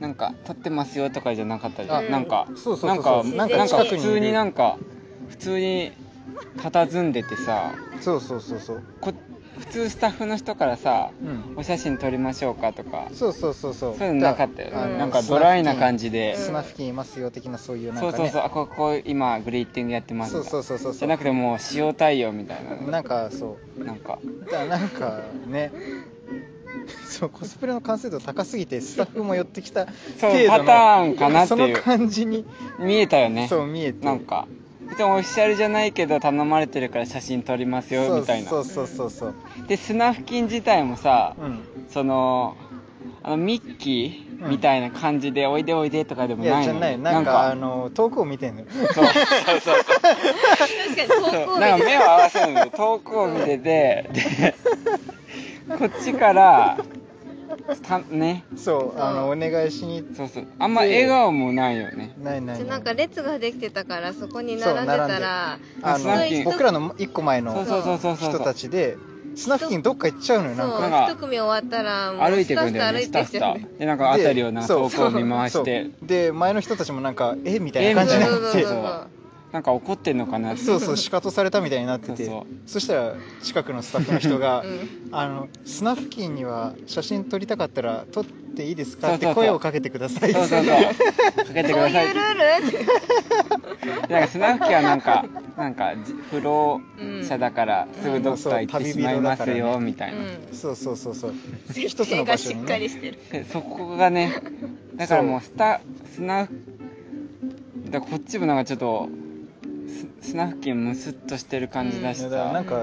[SPEAKER 1] なんか撮ってますよとかじゃなかったじゃ
[SPEAKER 4] あ
[SPEAKER 1] んなんか
[SPEAKER 2] そうそうそう
[SPEAKER 1] なんか
[SPEAKER 2] そう
[SPEAKER 1] なん
[SPEAKER 4] な
[SPEAKER 1] か
[SPEAKER 4] んか
[SPEAKER 1] 普通になんか普通に佇んでてさ
[SPEAKER 2] そうそうそうそう、
[SPEAKER 1] こ普通スタッフの人からさ
[SPEAKER 2] うん、
[SPEAKER 1] お写真撮りましょうかとか
[SPEAKER 2] そうそうそうそう
[SPEAKER 1] そういうのなかったよ
[SPEAKER 2] だら
[SPEAKER 4] うん
[SPEAKER 2] あの
[SPEAKER 1] なんかドライな感じ
[SPEAKER 2] スナ
[SPEAKER 1] で
[SPEAKER 2] フキンスナフキンいますよ的なそういうなん
[SPEAKER 1] そう
[SPEAKER 2] か
[SPEAKER 1] そう
[SPEAKER 2] ね
[SPEAKER 1] そうあここ今グリーティングやってます
[SPEAKER 2] そうそうそうそう
[SPEAKER 1] じゃなくてもう塩対応みたいな
[SPEAKER 2] なんかそ
[SPEAKER 1] なんか
[SPEAKER 2] うだからなんかね <laughs> そうコスプレの完成度高すぎてスタッフも寄ってきた
[SPEAKER 1] そう
[SPEAKER 2] 程度の
[SPEAKER 1] パターンかなっていう
[SPEAKER 2] その感じに、
[SPEAKER 1] 見えたよね
[SPEAKER 2] そう見えて
[SPEAKER 1] なんか別にオフィシャルじゃないけど頼まれてるから写真撮りますよ
[SPEAKER 2] そう
[SPEAKER 1] みたいな
[SPEAKER 2] そうそうそうそう
[SPEAKER 1] で砂付近自体もさ、
[SPEAKER 2] うん
[SPEAKER 1] そのあのミッキ
[SPEAKER 2] う
[SPEAKER 1] ー
[SPEAKER 2] ん
[SPEAKER 1] みたいな感じでおいでおいでとかでも
[SPEAKER 2] い
[SPEAKER 1] ないの
[SPEAKER 2] やじゃないなんかあの遠くを見てんのよ <laughs>
[SPEAKER 1] そうそうそう
[SPEAKER 4] 確かに遠く
[SPEAKER 1] そう
[SPEAKER 4] を見
[SPEAKER 1] なんか
[SPEAKER 4] て
[SPEAKER 1] 目を合わせるのよ遠くを見ててで <laughs> こっちからたね
[SPEAKER 2] そうあのお願いしに
[SPEAKER 1] そうそうあんま笑顔もないよね
[SPEAKER 2] ないないない
[SPEAKER 4] なんか列ができてたからそこに
[SPEAKER 2] そう
[SPEAKER 4] 並んでたら
[SPEAKER 2] あ
[SPEAKER 1] スナフキ
[SPEAKER 2] の
[SPEAKER 1] ン
[SPEAKER 2] 僕らの一個前の
[SPEAKER 1] そうそうそうそうそう
[SPEAKER 2] 人たちでスナフキンどっか行っちゃうのよなんか
[SPEAKER 1] なん
[SPEAKER 4] そ
[SPEAKER 1] か
[SPEAKER 4] う一組終わったらもう
[SPEAKER 1] 歩いてくんだよね
[SPEAKER 4] ス
[SPEAKER 1] スタ
[SPEAKER 4] タ
[SPEAKER 1] ス
[SPEAKER 4] スタ
[SPEAKER 1] タ
[SPEAKER 4] 歩いてっちゃう
[SPEAKER 1] でなんか辺りをなんか
[SPEAKER 2] で
[SPEAKER 1] 遠くを見回して
[SPEAKER 2] そうで前の人たちもなんかえみたいな感じ
[SPEAKER 1] え
[SPEAKER 2] に
[SPEAKER 1] み
[SPEAKER 2] な
[SPEAKER 1] たい
[SPEAKER 2] っ
[SPEAKER 1] な
[SPEAKER 2] て
[SPEAKER 1] そうなんか怒ってんのかなって
[SPEAKER 2] そうそう仕方されたみたいになってて
[SPEAKER 1] そうそう
[SPEAKER 2] そしたら近くのスタッフの人
[SPEAKER 1] <laughs>
[SPEAKER 2] が
[SPEAKER 4] う
[SPEAKER 2] 「あのスナフキンには写真撮りたかったら撮っていいです
[SPEAKER 1] そ
[SPEAKER 2] か?」
[SPEAKER 1] うそ
[SPEAKER 2] っ
[SPEAKER 1] うそう
[SPEAKER 2] て声をかけてくださいって
[SPEAKER 1] そうそうそうかけてく
[SPEAKER 4] そう
[SPEAKER 1] ださい
[SPEAKER 4] い
[SPEAKER 1] っ
[SPEAKER 4] う
[SPEAKER 1] て
[SPEAKER 4] ルール
[SPEAKER 1] なんかスナフキはなんかなんかじ不老者だからすぐどっか行ってしまいますよみたいな、
[SPEAKER 2] そうそうそうそう
[SPEAKER 4] 一
[SPEAKER 2] 一
[SPEAKER 4] つ
[SPEAKER 2] つの
[SPEAKER 4] の
[SPEAKER 2] 場
[SPEAKER 4] 場
[SPEAKER 2] 所
[SPEAKER 4] 所
[SPEAKER 2] に
[SPEAKER 4] に
[SPEAKER 2] ね
[SPEAKER 4] してる
[SPEAKER 1] でそこがねだからもうスタスナフだからこっちもなんかちょっとススナフキンムスッとしてる感じだし
[SPEAKER 2] い
[SPEAKER 1] さ、
[SPEAKER 2] やだからなんか、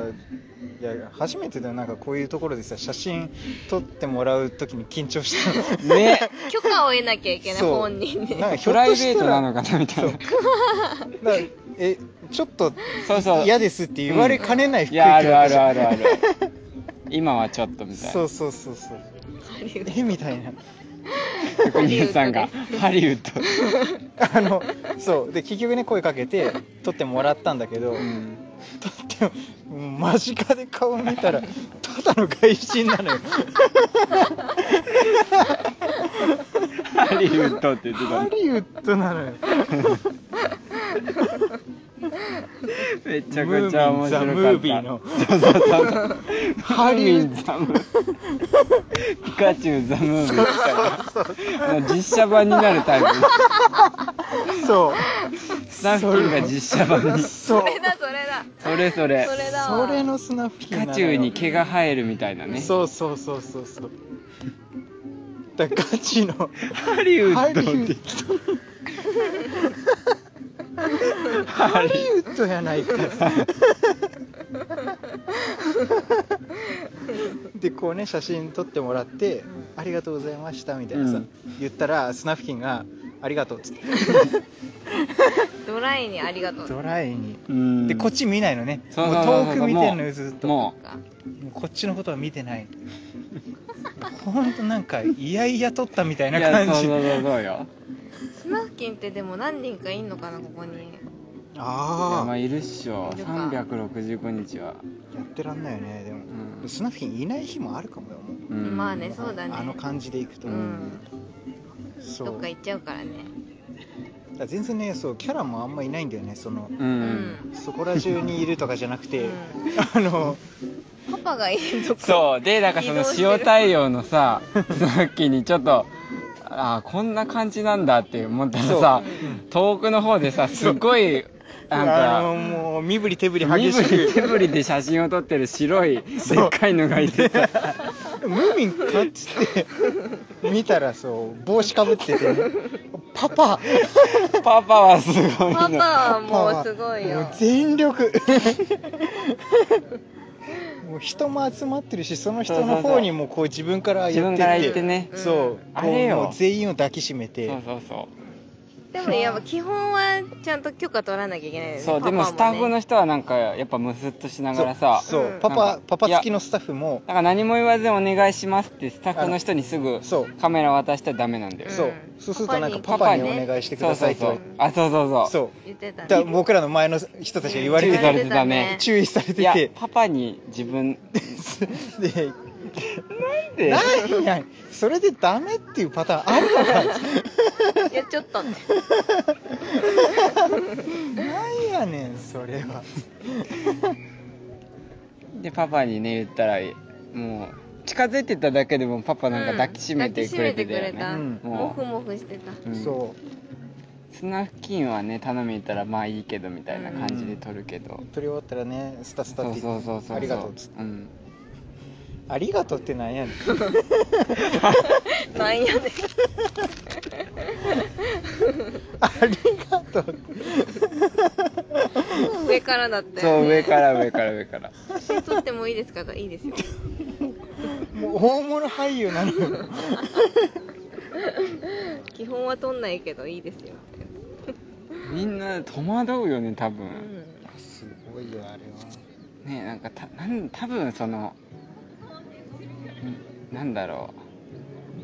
[SPEAKER 2] いや初めてだよなんかこういうところでさ写真撮ってもらうときに緊張した
[SPEAKER 1] ね
[SPEAKER 4] 許可を得なきゃいけない
[SPEAKER 2] そう
[SPEAKER 4] 本人に
[SPEAKER 2] なんかひ
[SPEAKER 1] プ
[SPEAKER 2] ょっ
[SPEAKER 1] ラ
[SPEAKER 2] と
[SPEAKER 1] イベ
[SPEAKER 2] し
[SPEAKER 1] ー
[SPEAKER 2] た
[SPEAKER 1] ト
[SPEAKER 2] ら
[SPEAKER 1] なのかなみたいな
[SPEAKER 2] だからえちょっと
[SPEAKER 1] そうそう
[SPEAKER 2] 嫌ですって言われかねない
[SPEAKER 1] い
[SPEAKER 2] 福井
[SPEAKER 1] やあるあるあ
[SPEAKER 2] る
[SPEAKER 1] る
[SPEAKER 2] <laughs>
[SPEAKER 1] ある今はちょっとみたい <laughs>
[SPEAKER 2] そ
[SPEAKER 1] な
[SPEAKER 2] うそうそうそうえみたいな
[SPEAKER 1] 職人さん
[SPEAKER 2] <laughs>
[SPEAKER 1] がハリウッド
[SPEAKER 2] あのそうで結局ね声かけて撮ってもらったんだけど、撮ってももう間近で顔見たらただの外人なのよ
[SPEAKER 1] ハリウッドって言ってた
[SPEAKER 2] ハ
[SPEAKER 1] の
[SPEAKER 2] リウッドなのよ
[SPEAKER 1] めちゃくちゃ面白かった
[SPEAKER 2] ムービーの
[SPEAKER 1] そうそうそうハリウッドザムピカチュウザムービーみたいなもう実写版になるタイプ
[SPEAKER 2] そう
[SPEAKER 1] スナフキンが実写版に
[SPEAKER 2] <laughs> そう
[SPEAKER 4] それだそれだ
[SPEAKER 1] それそれ
[SPEAKER 4] それだわ
[SPEAKER 2] それのスナフキ
[SPEAKER 1] ピ
[SPEAKER 2] ンなの
[SPEAKER 1] カ
[SPEAKER 2] よ
[SPEAKER 1] チュウに毛が生えるみたいなね
[SPEAKER 2] そうそうそうそうそうだからガチの
[SPEAKER 1] ハリウ
[SPEAKER 2] ハ
[SPEAKER 1] ッ
[SPEAKER 2] リ
[SPEAKER 1] ド
[SPEAKER 2] ウ
[SPEAKER 1] って
[SPEAKER 2] ッドハリウッドやないかでこうね写真撮ってもらって、ありがとうございましたみたいなさ、
[SPEAKER 1] うん
[SPEAKER 2] 言ったらスナフキンがありがとうっつって
[SPEAKER 4] ドライにありがとう
[SPEAKER 2] ドライに、
[SPEAKER 1] うん
[SPEAKER 2] でこっち見ないのね
[SPEAKER 1] そう
[SPEAKER 2] も
[SPEAKER 1] そう
[SPEAKER 2] う
[SPEAKER 1] そうそう
[SPEAKER 2] 遠く見てんのよずっと
[SPEAKER 1] も
[SPEAKER 2] もうこっちのことは見てないほんとなんかいやいや撮ったみた
[SPEAKER 1] う
[SPEAKER 2] い
[SPEAKER 1] い
[SPEAKER 2] な
[SPEAKER 1] や
[SPEAKER 2] 感
[SPEAKER 1] そう
[SPEAKER 2] じ
[SPEAKER 1] そうそうそうよ
[SPEAKER 4] スナフキンってでも何人かいんのかなここに
[SPEAKER 1] いやまあ
[SPEAKER 2] あ
[SPEAKER 1] いるっしょ
[SPEAKER 4] いるか
[SPEAKER 1] 365日は
[SPEAKER 2] あやってらんないよねでも、
[SPEAKER 1] うん
[SPEAKER 2] スナフキンいない日もあるかもよもう
[SPEAKER 1] うん
[SPEAKER 4] まあねそうだね
[SPEAKER 2] あの感じでいくと、
[SPEAKER 4] うん
[SPEAKER 2] そう
[SPEAKER 4] どっか行っちゃうからね
[SPEAKER 2] だから全然ねそうキャラもあんまいないんだよねその
[SPEAKER 1] う
[SPEAKER 4] うんん
[SPEAKER 2] そこら中にいるとかじゃなくて、
[SPEAKER 4] うん
[SPEAKER 2] あの
[SPEAKER 4] パパがいるとこ
[SPEAKER 1] そうでなんかその塩対応のささっきにちょっとああこんな感じなんだって思ったらさ遠くの方でさすごいなん
[SPEAKER 2] あの
[SPEAKER 1] か
[SPEAKER 2] もう身振り手振り
[SPEAKER 1] 身
[SPEAKER 2] 激し
[SPEAKER 1] 振り手
[SPEAKER 2] く
[SPEAKER 1] 振りで写真を撮ってる白いでっかいのがいて
[SPEAKER 2] <laughs>
[SPEAKER 1] さ
[SPEAKER 2] ムーミンかっつって見たらそう帽子かぶってて、パパ
[SPEAKER 1] パパはすごい
[SPEAKER 4] パパ
[SPEAKER 1] の
[SPEAKER 4] はもうすごいよ
[SPEAKER 2] もう全力 <laughs> もう人も集まってるしその人の方にもこう自分から寄って
[SPEAKER 1] 自分から行ってね
[SPEAKER 2] そう
[SPEAKER 1] うん
[SPEAKER 2] こう
[SPEAKER 1] あれよ
[SPEAKER 2] もう全員を抱きしめて
[SPEAKER 1] そうそうそう
[SPEAKER 4] でもやっぱ基本はちゃんと許可取らなきゃいけないよね
[SPEAKER 1] そう
[SPEAKER 4] パパ
[SPEAKER 1] で
[SPEAKER 4] ね
[SPEAKER 1] もスタッフの人はなんかやっぱムスッとしながらさ
[SPEAKER 2] そう
[SPEAKER 4] うん
[SPEAKER 2] パ
[SPEAKER 1] う
[SPEAKER 2] パ
[SPEAKER 1] ん
[SPEAKER 2] パパ付きのスタッフも
[SPEAKER 1] なんか何も言わずお願いしますってスタッフの人にすぐ
[SPEAKER 2] そう
[SPEAKER 1] カメラ渡したらダメなんだよ
[SPEAKER 4] ん
[SPEAKER 2] そう
[SPEAKER 4] うん
[SPEAKER 2] そうするとなんか
[SPEAKER 4] パ
[SPEAKER 2] パ
[SPEAKER 4] パ
[SPEAKER 2] パ
[SPEAKER 4] に
[SPEAKER 2] に
[SPEAKER 4] ね
[SPEAKER 2] お願いしてく
[SPEAKER 1] そう
[SPEAKER 2] だ
[SPEAKER 1] そ
[SPEAKER 2] さ
[SPEAKER 1] う
[SPEAKER 2] いと
[SPEAKER 1] そ
[SPEAKER 2] 言わ
[SPEAKER 1] う
[SPEAKER 2] れて
[SPEAKER 1] あそうそうそう
[SPEAKER 2] そう
[SPEAKER 4] 言ってた
[SPEAKER 2] だから
[SPEAKER 4] ね
[SPEAKER 2] 僕らの前の人たちが言われて
[SPEAKER 1] 注意されて
[SPEAKER 2] て
[SPEAKER 1] たね
[SPEAKER 2] 注意されて
[SPEAKER 1] いや
[SPEAKER 2] て
[SPEAKER 1] パパに自分
[SPEAKER 2] で
[SPEAKER 1] で
[SPEAKER 2] ないないそれでダメっていうパターンあるのか
[SPEAKER 4] いやちょっとね
[SPEAKER 2] なんやねんそれは
[SPEAKER 1] でパパにね言ったらもう近づいてただけでもパパなんか抱きしめてくれてたよ
[SPEAKER 4] 抱きしめてくれ
[SPEAKER 1] ね、
[SPEAKER 4] た
[SPEAKER 2] うん
[SPEAKER 1] もう
[SPEAKER 4] モフモフしてた
[SPEAKER 1] うん
[SPEAKER 2] そ
[SPEAKER 1] 砂付近はね頼みに行ったらまあいいけどみたいな感じで撮るけど、
[SPEAKER 2] う撮り終わったらねスタスタ
[SPEAKER 1] そ
[SPEAKER 2] っ
[SPEAKER 1] う
[SPEAKER 2] て
[SPEAKER 1] そうそうそう
[SPEAKER 2] ありがとうっつって
[SPEAKER 1] ん、
[SPEAKER 2] ありがとうってなんやねん
[SPEAKER 4] なんやねん
[SPEAKER 2] ありがとう
[SPEAKER 4] 上からだって
[SPEAKER 1] そう上から上から上から
[SPEAKER 4] 写真撮ってもいいですかいいですよ
[SPEAKER 2] もう大物俳優なのよ
[SPEAKER 4] 基本は撮んないけどいいですよ
[SPEAKER 1] みんな戸惑うよね多分、
[SPEAKER 4] うん
[SPEAKER 2] すごいよあれは
[SPEAKER 1] ねなんかたなん多分そのんなんだろ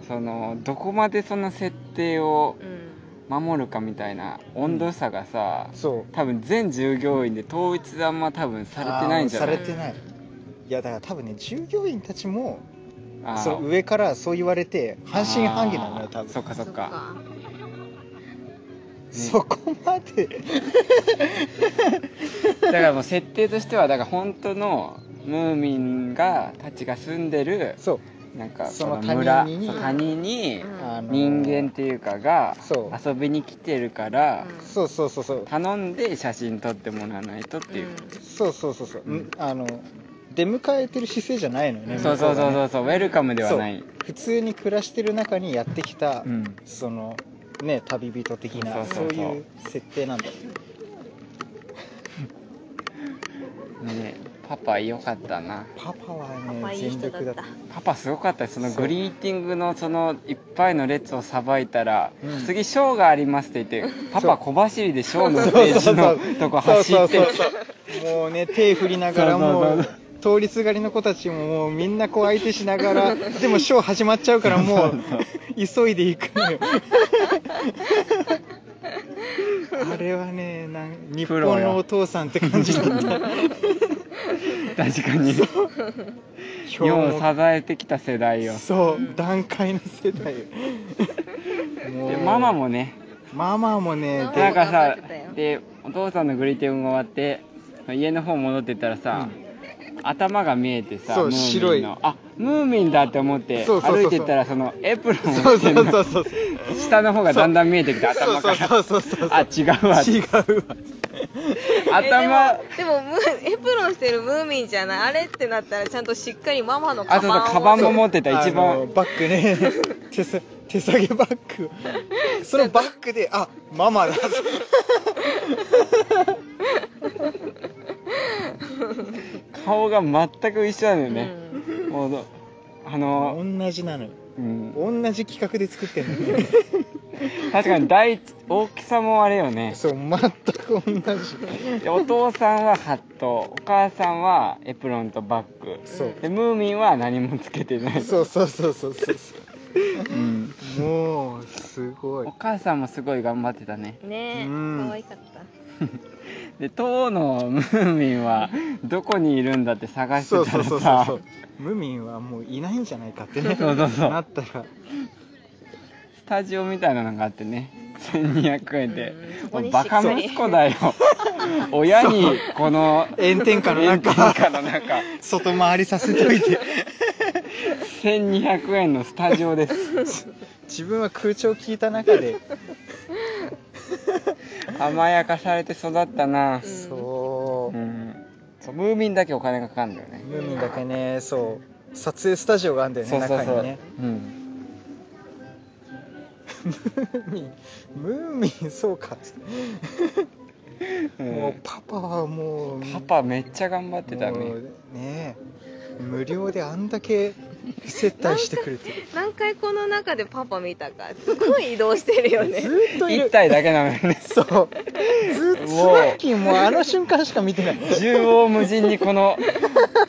[SPEAKER 1] うそのどこまでその設定を
[SPEAKER 4] うん
[SPEAKER 1] 守るかみたいな温度差がさ、
[SPEAKER 2] そう
[SPEAKER 1] 多分全従業員で統一あんま多分されてないんじゃな
[SPEAKER 2] あ
[SPEAKER 1] い
[SPEAKER 2] ーされてないいやだから多分ね従業員たちも
[SPEAKER 1] あー
[SPEAKER 2] その上からそう言われて半信半疑なんだ
[SPEAKER 1] あ
[SPEAKER 2] よ
[SPEAKER 1] ー
[SPEAKER 2] 多分
[SPEAKER 1] そっかそっか
[SPEAKER 2] そこまで
[SPEAKER 1] だからもう設定としてはだから本当のムーミンがたちが住んでる
[SPEAKER 2] そう
[SPEAKER 1] なんか
[SPEAKER 2] そ
[SPEAKER 1] そ
[SPEAKER 2] の
[SPEAKER 1] の村
[SPEAKER 2] 谷に
[SPEAKER 1] そう谷に
[SPEAKER 4] うん
[SPEAKER 2] あのー
[SPEAKER 1] 人間っていうかが
[SPEAKER 2] そう
[SPEAKER 1] 遊びに来てるから
[SPEAKER 4] うん
[SPEAKER 2] そうそうそうそう
[SPEAKER 1] 頼んで写真撮ってもらわないとっていう、
[SPEAKER 2] そうそうそうそう、
[SPEAKER 1] うん
[SPEAKER 2] んあの出迎えてる姿勢じゃないのよね、
[SPEAKER 1] そうそうそうそううそうウェルカムではない
[SPEAKER 2] 普通に暮らしてる中にやってきた、
[SPEAKER 1] うん
[SPEAKER 2] そのね旅人的な
[SPEAKER 1] そ
[SPEAKER 2] そ
[SPEAKER 1] そう
[SPEAKER 2] うう
[SPEAKER 1] そうそう
[SPEAKER 2] いう設定なんだよ
[SPEAKER 1] ねパパ良かったな
[SPEAKER 2] パパは
[SPEAKER 4] パ
[SPEAKER 2] ね
[SPEAKER 4] パいい
[SPEAKER 2] 全
[SPEAKER 4] 人だ
[SPEAKER 2] 力だ
[SPEAKER 4] っ
[SPEAKER 2] った
[SPEAKER 4] た
[SPEAKER 1] パパすごかったよその
[SPEAKER 2] そう
[SPEAKER 1] グリーティングのそのいっぱいの列をさばいたら、
[SPEAKER 2] うん
[SPEAKER 1] 次ショーがありますって言ってパ
[SPEAKER 2] そう
[SPEAKER 1] パ小走りでショーのステージのとこ走って
[SPEAKER 2] そうそうそうもうね手振りながらも
[SPEAKER 1] そうそう
[SPEAKER 2] う
[SPEAKER 1] そう
[SPEAKER 2] 通りすがりの子たちももうみんなこう相手しな
[SPEAKER 1] <laughs>
[SPEAKER 2] がらでもショー始まっちゃうからもう急いでいくのよあれはねなん日
[SPEAKER 1] プ
[SPEAKER 2] 本
[SPEAKER 1] ロよ
[SPEAKER 2] のお父さんって感じだった
[SPEAKER 1] 確かに世を支えてきた世代よ
[SPEAKER 2] そう段階の世代
[SPEAKER 1] でママもね
[SPEAKER 2] ママもね
[SPEAKER 1] な
[SPEAKER 4] ママ
[SPEAKER 1] ん
[SPEAKER 2] で
[SPEAKER 1] か
[SPEAKER 4] 頑張
[SPEAKER 1] さ
[SPEAKER 4] ってたよ
[SPEAKER 1] でお父さんのグリーティングが終わって家の方戻ってったらさ、頭が見えてさ
[SPEAKER 2] そう
[SPEAKER 1] ムーミンの
[SPEAKER 2] 白い
[SPEAKER 1] あムーミンだって思って
[SPEAKER 2] そうそうそうそう
[SPEAKER 1] 歩いてったらそのエプロン
[SPEAKER 2] そ
[SPEAKER 1] を
[SPEAKER 2] う
[SPEAKER 1] し
[SPEAKER 2] そ
[SPEAKER 1] て
[SPEAKER 2] う
[SPEAKER 1] る
[SPEAKER 2] そうそう
[SPEAKER 1] 下の方がだんだん見えてきて頭から
[SPEAKER 2] そうそうそうそうそう
[SPEAKER 1] あ違うわ
[SPEAKER 2] 違うわ
[SPEAKER 1] <laughs> 頭
[SPEAKER 4] えでもでもムーエプロンしてるムーミンじゃないあれってなったらちゃんとしっかりママの
[SPEAKER 1] あ
[SPEAKER 4] カ
[SPEAKER 1] そう
[SPEAKER 4] バ
[SPEAKER 1] そ
[SPEAKER 4] ン
[SPEAKER 1] う
[SPEAKER 4] を
[SPEAKER 1] カバンも持ってた一
[SPEAKER 2] あの
[SPEAKER 1] 番
[SPEAKER 2] バッグね手さ手提げバッグそのバッグであママだ
[SPEAKER 1] 顔が全く一緒なん
[SPEAKER 4] う
[SPEAKER 1] だよね、
[SPEAKER 4] ん
[SPEAKER 1] もうどあの、
[SPEAKER 2] 同じなのよ
[SPEAKER 1] うん、
[SPEAKER 2] 同じ企画で作ってんのよ
[SPEAKER 1] 確かに第一大きさもあれよね
[SPEAKER 2] そう全く同じ
[SPEAKER 1] でお父さんはハットお母さんはエプロンとバッグ
[SPEAKER 2] そう
[SPEAKER 1] でムーミンは何もつけてない
[SPEAKER 2] そうそうそうそうそう
[SPEAKER 1] うん
[SPEAKER 2] そうもうすごい
[SPEAKER 1] お母さんもすごい頑張ってたね
[SPEAKER 4] ねえ
[SPEAKER 2] うん
[SPEAKER 4] 可愛かった
[SPEAKER 1] で当のムーミンはどこにいるんだって探し
[SPEAKER 2] そう
[SPEAKER 1] てた
[SPEAKER 2] そう
[SPEAKER 1] ら
[SPEAKER 2] そうそうそ
[SPEAKER 1] さ
[SPEAKER 2] うムーミンはもういないんじゃないかってね
[SPEAKER 1] そうそうそう
[SPEAKER 2] なったら
[SPEAKER 1] スタジオみたいなのがあってね1200円で
[SPEAKER 4] うんそこ
[SPEAKER 1] も
[SPEAKER 4] に
[SPEAKER 1] うバカ息子
[SPEAKER 2] <laughs>
[SPEAKER 1] だよ親にこの
[SPEAKER 2] 炎天下の
[SPEAKER 1] 炎
[SPEAKER 2] 中
[SPEAKER 1] 天下の中
[SPEAKER 2] 外回りさせといて
[SPEAKER 1] 1200円のスタジオです
[SPEAKER 2] <laughs> 自分は空調聞いた中で
[SPEAKER 1] 甘やかされて育ったな
[SPEAKER 2] そううん
[SPEAKER 1] そうムーミンだけお金がかかるんだよね
[SPEAKER 2] ムーミンだけねそう撮影スタジオがあるんだよね
[SPEAKER 1] そうそうそ
[SPEAKER 2] 中
[SPEAKER 1] う、
[SPEAKER 2] にね
[SPEAKER 1] うん、
[SPEAKER 2] <laughs> ムーミンムーミンそうか、
[SPEAKER 1] うん
[SPEAKER 2] もうパパはもう
[SPEAKER 1] パパめっちゃ頑張ってた
[SPEAKER 2] も
[SPEAKER 1] ね
[SPEAKER 2] うね無料であんだけ接待してくれてる
[SPEAKER 4] 何回この中でパパ見たかすごい移動してるよね
[SPEAKER 2] <laughs> ずーっとい
[SPEAKER 1] 1
[SPEAKER 2] る
[SPEAKER 1] 体だけなのにね
[SPEAKER 2] そうずーっとスナッキーもうあの瞬間しか見てない
[SPEAKER 1] 縦横無尽にこの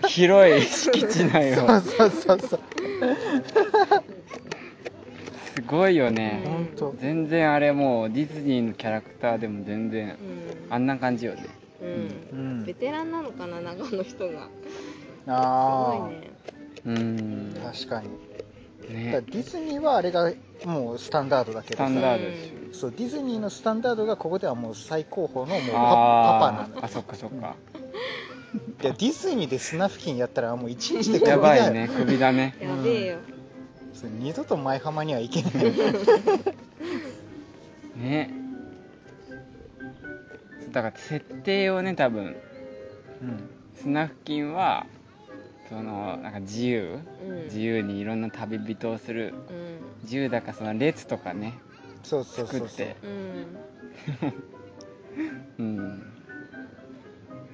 [SPEAKER 1] 広い敷地内
[SPEAKER 2] <laughs> そ
[SPEAKER 1] を
[SPEAKER 2] うそうそうそう
[SPEAKER 1] すごいよね
[SPEAKER 2] ほんと
[SPEAKER 1] 全然あれもうディズニーのキャラクターでも全然
[SPEAKER 4] うん
[SPEAKER 1] あんな感じよね
[SPEAKER 4] う
[SPEAKER 2] う
[SPEAKER 4] ん
[SPEAKER 2] ん
[SPEAKER 4] ベテランなのかな長野人がす
[SPEAKER 2] あ
[SPEAKER 4] ご
[SPEAKER 2] あ
[SPEAKER 4] いね
[SPEAKER 1] うん
[SPEAKER 2] 確かにだから
[SPEAKER 1] ね
[SPEAKER 2] ディズニーはあれがもうスタンダードだけ
[SPEAKER 1] ス
[SPEAKER 2] ど
[SPEAKER 1] タ
[SPEAKER 2] さ
[SPEAKER 1] ンダードでし
[SPEAKER 2] そうディズニーのスタンダードがここではもう最高峰のもうパパ
[SPEAKER 1] あ
[SPEAKER 2] なの
[SPEAKER 1] ーあそっかそっか
[SPEAKER 2] いやディズニーでスナフキンやったらもう一日でクビだ
[SPEAKER 1] や
[SPEAKER 2] よ
[SPEAKER 1] ばいねクビだね
[SPEAKER 4] やべえよ、
[SPEAKER 2] そう二度と舞浜には行けない
[SPEAKER 1] <laughs> ねだから設定をね多分
[SPEAKER 2] うん
[SPEAKER 1] スナフキンはそのなんか自由
[SPEAKER 4] うんうん
[SPEAKER 1] 自由にいろんな旅人をする自由だからその列とかね
[SPEAKER 2] そうそう
[SPEAKER 1] 作
[SPEAKER 2] そ
[SPEAKER 1] っ
[SPEAKER 2] うそう
[SPEAKER 1] て
[SPEAKER 4] う
[SPEAKER 1] う
[SPEAKER 4] ん
[SPEAKER 1] ん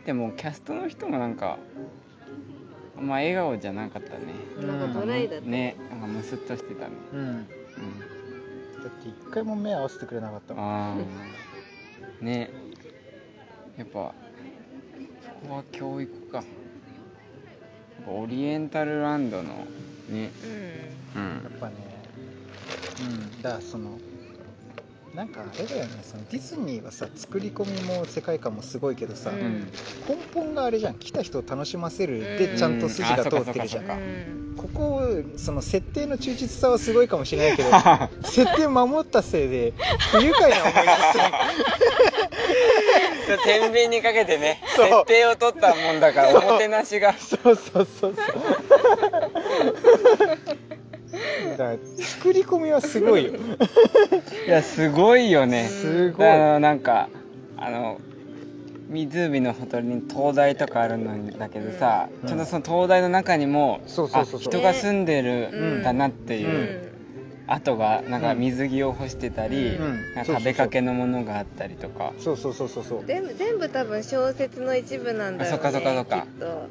[SPEAKER 1] でもキャストの人もなんかあんま笑顔じゃなかったね
[SPEAKER 4] なんかドライだった
[SPEAKER 1] ねなんかムスッとしてたね、
[SPEAKER 2] うん
[SPEAKER 1] うん、
[SPEAKER 2] だって一回も目合わせてくれなかったもん
[SPEAKER 1] ああねやっぱそこは教育かやっぱオリエンタルランドのね
[SPEAKER 4] う
[SPEAKER 1] うん
[SPEAKER 2] やっぱねうんだからそのなんかあれだよねそのディズニーはさ作り込みも世界観もすごいけどさ、
[SPEAKER 4] うん
[SPEAKER 1] うん
[SPEAKER 2] 根本があれじゃん来た人を楽しませる
[SPEAKER 4] う
[SPEAKER 2] で
[SPEAKER 4] ん
[SPEAKER 2] ちゃんと筋が通ってるじ
[SPEAKER 1] あそっかそっかそ
[SPEAKER 2] ゃん、
[SPEAKER 1] っか
[SPEAKER 4] ん
[SPEAKER 2] ここその設定の忠実さはすごいかもしれ
[SPEAKER 1] <laughs>
[SPEAKER 2] ないけど設定守ったせいで不愉快な思いになってる
[SPEAKER 1] <laughs> 天秤にかけて <laughs> ね
[SPEAKER 2] そう
[SPEAKER 1] 設定を取ったもんだからおもてなしが
[SPEAKER 2] そうそうそうそうだから作り込みはすごいよ
[SPEAKER 1] いやすごいよね
[SPEAKER 2] すごい
[SPEAKER 1] だからなんかあの湖のほとりに灯台とかあるんだけどさ、
[SPEAKER 2] うん
[SPEAKER 1] ちゃんとその灯台の中にも、
[SPEAKER 2] そうそ
[SPEAKER 1] あ
[SPEAKER 2] うそうそう
[SPEAKER 1] 人が住んでるんだなって
[SPEAKER 4] う
[SPEAKER 1] い
[SPEAKER 4] ん
[SPEAKER 1] う跡がなんか水着を干してたり、
[SPEAKER 2] うん
[SPEAKER 1] なんか食べかけのものがあったりとか、
[SPEAKER 2] そうそうそうそうそう
[SPEAKER 4] 全部全部多分小説の一部なん
[SPEAKER 1] あ
[SPEAKER 4] だろうね
[SPEAKER 1] そっかそっかそっか
[SPEAKER 4] きっと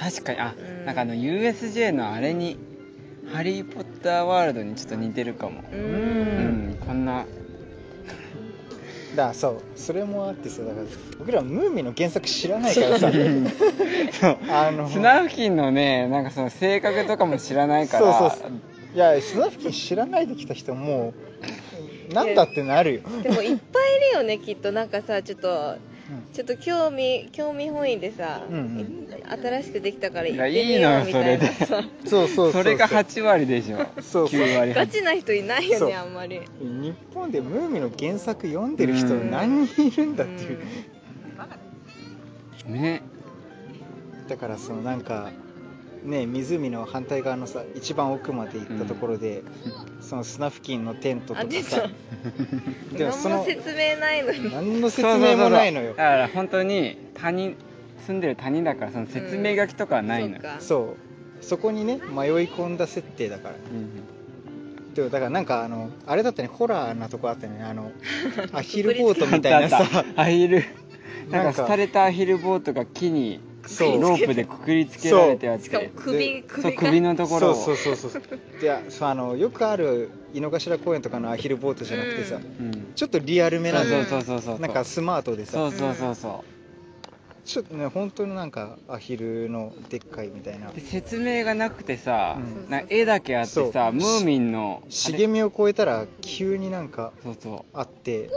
[SPEAKER 1] 確かにあ、
[SPEAKER 4] うん
[SPEAKER 1] なんかあの USJ のあれに「ハリー・ポッター・ワールド」にちょっと似てるかも、
[SPEAKER 4] う
[SPEAKER 1] うん
[SPEAKER 4] ん
[SPEAKER 1] こんな
[SPEAKER 2] だからそうそれもあってさだから僕らムーミンの原作知らないからさ
[SPEAKER 1] そう
[SPEAKER 2] あの
[SPEAKER 1] スナフキンのねなんかその性格とかも知らないから
[SPEAKER 2] そうそういやスナフキン知らないで来た人もうなんだってなるよ
[SPEAKER 4] でもいっぱいいるよねきっとなんかさちょっとちょっと興味興味本位でさ、
[SPEAKER 2] うん
[SPEAKER 4] 新しくできたから行って
[SPEAKER 1] いやい
[SPEAKER 4] み
[SPEAKER 1] いの
[SPEAKER 4] よ
[SPEAKER 1] よ
[SPEAKER 4] うみたいなさ
[SPEAKER 2] そうそうそう
[SPEAKER 1] それが8割でしょ
[SPEAKER 2] そうそう
[SPEAKER 1] 9割
[SPEAKER 4] <laughs> ガチな人いないよ
[SPEAKER 2] そう
[SPEAKER 4] ねあんまり
[SPEAKER 2] 日本でムーミンの原作読んでる人何人いるんだっていう、
[SPEAKER 1] ね
[SPEAKER 2] だからそのなんかね湖の反対側のさ一番奥まで行ったところで、そのスナフキンのテントと
[SPEAKER 4] あ
[SPEAKER 2] か
[SPEAKER 4] 出
[SPEAKER 2] さ
[SPEAKER 4] た
[SPEAKER 2] でも
[SPEAKER 4] 何
[SPEAKER 2] その
[SPEAKER 4] も説明ないのに
[SPEAKER 2] 何の説明もないの
[SPEAKER 1] そうそうそうそう
[SPEAKER 2] よ
[SPEAKER 1] だから本当に谷住んでる谷だからその説明書きとかはないのよ、
[SPEAKER 4] そう
[SPEAKER 2] そうそこにね迷い込んだ設定だから
[SPEAKER 1] うん
[SPEAKER 2] でもだからなんかあのあれだったねホラーなとこあったよねあ
[SPEAKER 4] <laughs>
[SPEAKER 2] のアヒルボートみたいな
[SPEAKER 1] あ
[SPEAKER 2] さ
[SPEAKER 1] ったアヒルなん
[SPEAKER 2] なん
[SPEAKER 1] か
[SPEAKER 2] か
[SPEAKER 1] 廃れたアヒルボートが木に
[SPEAKER 2] そう
[SPEAKER 1] ロープでくくりつけられてあっ
[SPEAKER 4] かしかも
[SPEAKER 1] て
[SPEAKER 4] 首
[SPEAKER 1] そう
[SPEAKER 4] 首が
[SPEAKER 1] 首のところを
[SPEAKER 2] そうそうそうそうじゃあそうあのよくある井の頭公園とかのアヒルボートじゃなくてさ、
[SPEAKER 4] うん
[SPEAKER 1] うん、
[SPEAKER 2] ちょっとリアルめなんだよ
[SPEAKER 1] そうそうそうそうそう
[SPEAKER 2] なんかスマートでさ
[SPEAKER 1] そうそうそうそ
[SPEAKER 2] ちょっとね本当になんかアヒルのでっかいみたいな
[SPEAKER 1] うで説明がなくてさ、
[SPEAKER 2] うん
[SPEAKER 1] なんか絵だけあって
[SPEAKER 2] そ
[SPEAKER 1] さ
[SPEAKER 2] う
[SPEAKER 1] ムーミンの
[SPEAKER 2] 茂みを越えたら急になんか
[SPEAKER 1] そうそ
[SPEAKER 2] あって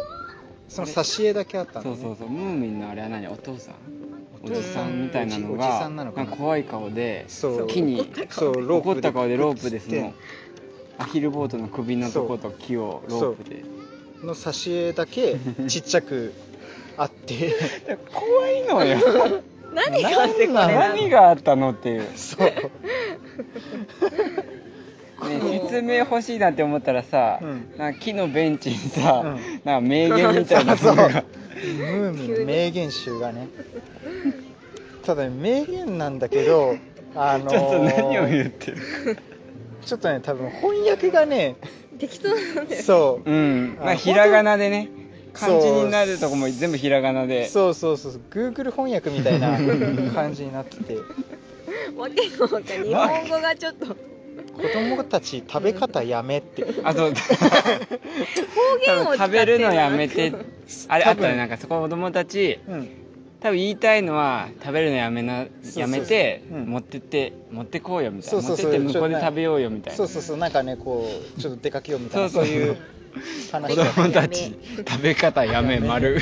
[SPEAKER 2] その挿絵だけあった
[SPEAKER 1] うそ
[SPEAKER 2] の
[SPEAKER 1] うそう
[SPEAKER 2] ね
[SPEAKER 1] そうムーミンのあれは何お父さんお
[SPEAKER 2] 父さん
[SPEAKER 1] じさんみたいなの
[SPEAKER 2] おじおじ
[SPEAKER 1] が
[SPEAKER 2] さんなのかな
[SPEAKER 1] なんか怖い顔で
[SPEAKER 2] そう
[SPEAKER 1] 木に
[SPEAKER 2] そうロープ
[SPEAKER 1] 怒った顔でロープでそ
[SPEAKER 2] くっつ
[SPEAKER 1] のアヒルボートの首のとこと木をロープで
[SPEAKER 2] ての挿絵だけちっちゃくあって
[SPEAKER 1] 怖いのよ
[SPEAKER 4] <laughs> 何があってこれ
[SPEAKER 2] <laughs>
[SPEAKER 4] なの
[SPEAKER 1] 何があったのっていう、ね、
[SPEAKER 2] そう
[SPEAKER 1] 説明欲しいなって思ったらさ、
[SPEAKER 2] うん
[SPEAKER 1] なんか木のベンチにさ、
[SPEAKER 2] うん
[SPEAKER 1] なんか名言みたいなの
[SPEAKER 2] <laughs>
[SPEAKER 1] が
[SPEAKER 2] ムーミンの名言集がねただね名言なんだけ
[SPEAKER 1] <laughs>
[SPEAKER 2] どあのー
[SPEAKER 1] ちょっと何を言ってる
[SPEAKER 2] ちょっとね多分翻訳
[SPEAKER 1] <laughs>
[SPEAKER 2] がね
[SPEAKER 4] 適当なんだよ
[SPEAKER 2] そう
[SPEAKER 1] うん
[SPEAKER 2] あ
[SPEAKER 1] まあひらがなでね
[SPEAKER 2] そう
[SPEAKER 1] 漢字になるとこも全部ひらがなで
[SPEAKER 2] そうそうそうそう Google 翻訳みたいな感じになってて
[SPEAKER 4] わけのほか日本語がちょっと方
[SPEAKER 2] 子供たち食べ方やめって
[SPEAKER 1] あ
[SPEAKER 2] <laughs>
[SPEAKER 1] と
[SPEAKER 4] 言を使っ
[SPEAKER 1] 食
[SPEAKER 4] て
[SPEAKER 1] べ
[SPEAKER 4] る
[SPEAKER 1] る
[SPEAKER 4] な
[SPEAKER 1] のやめてあれあ
[SPEAKER 2] 多
[SPEAKER 1] っ
[SPEAKER 2] 分
[SPEAKER 1] たねなんかそこ子供たち
[SPEAKER 2] うん
[SPEAKER 1] 多分言いたいのは食べるのやめな
[SPEAKER 2] そうそう
[SPEAKER 1] やめて
[SPEAKER 2] うん
[SPEAKER 1] 持ってって持ってこうよみたい
[SPEAKER 2] そう
[SPEAKER 1] な
[SPEAKER 2] そ
[SPEAKER 1] 持って
[SPEAKER 2] うそ
[SPEAKER 1] っ
[SPEAKER 2] う
[SPEAKER 1] て向こうで食べようよみたい
[SPEAKER 2] そ
[SPEAKER 1] な
[SPEAKER 2] うそうそうなんかねこうちょっと出かけようみたいな
[SPEAKER 1] そ
[SPEAKER 2] そう
[SPEAKER 1] そううそう
[SPEAKER 2] いう
[SPEAKER 1] 子
[SPEAKER 2] 話だよね
[SPEAKER 1] 供たち食べ方やめ丸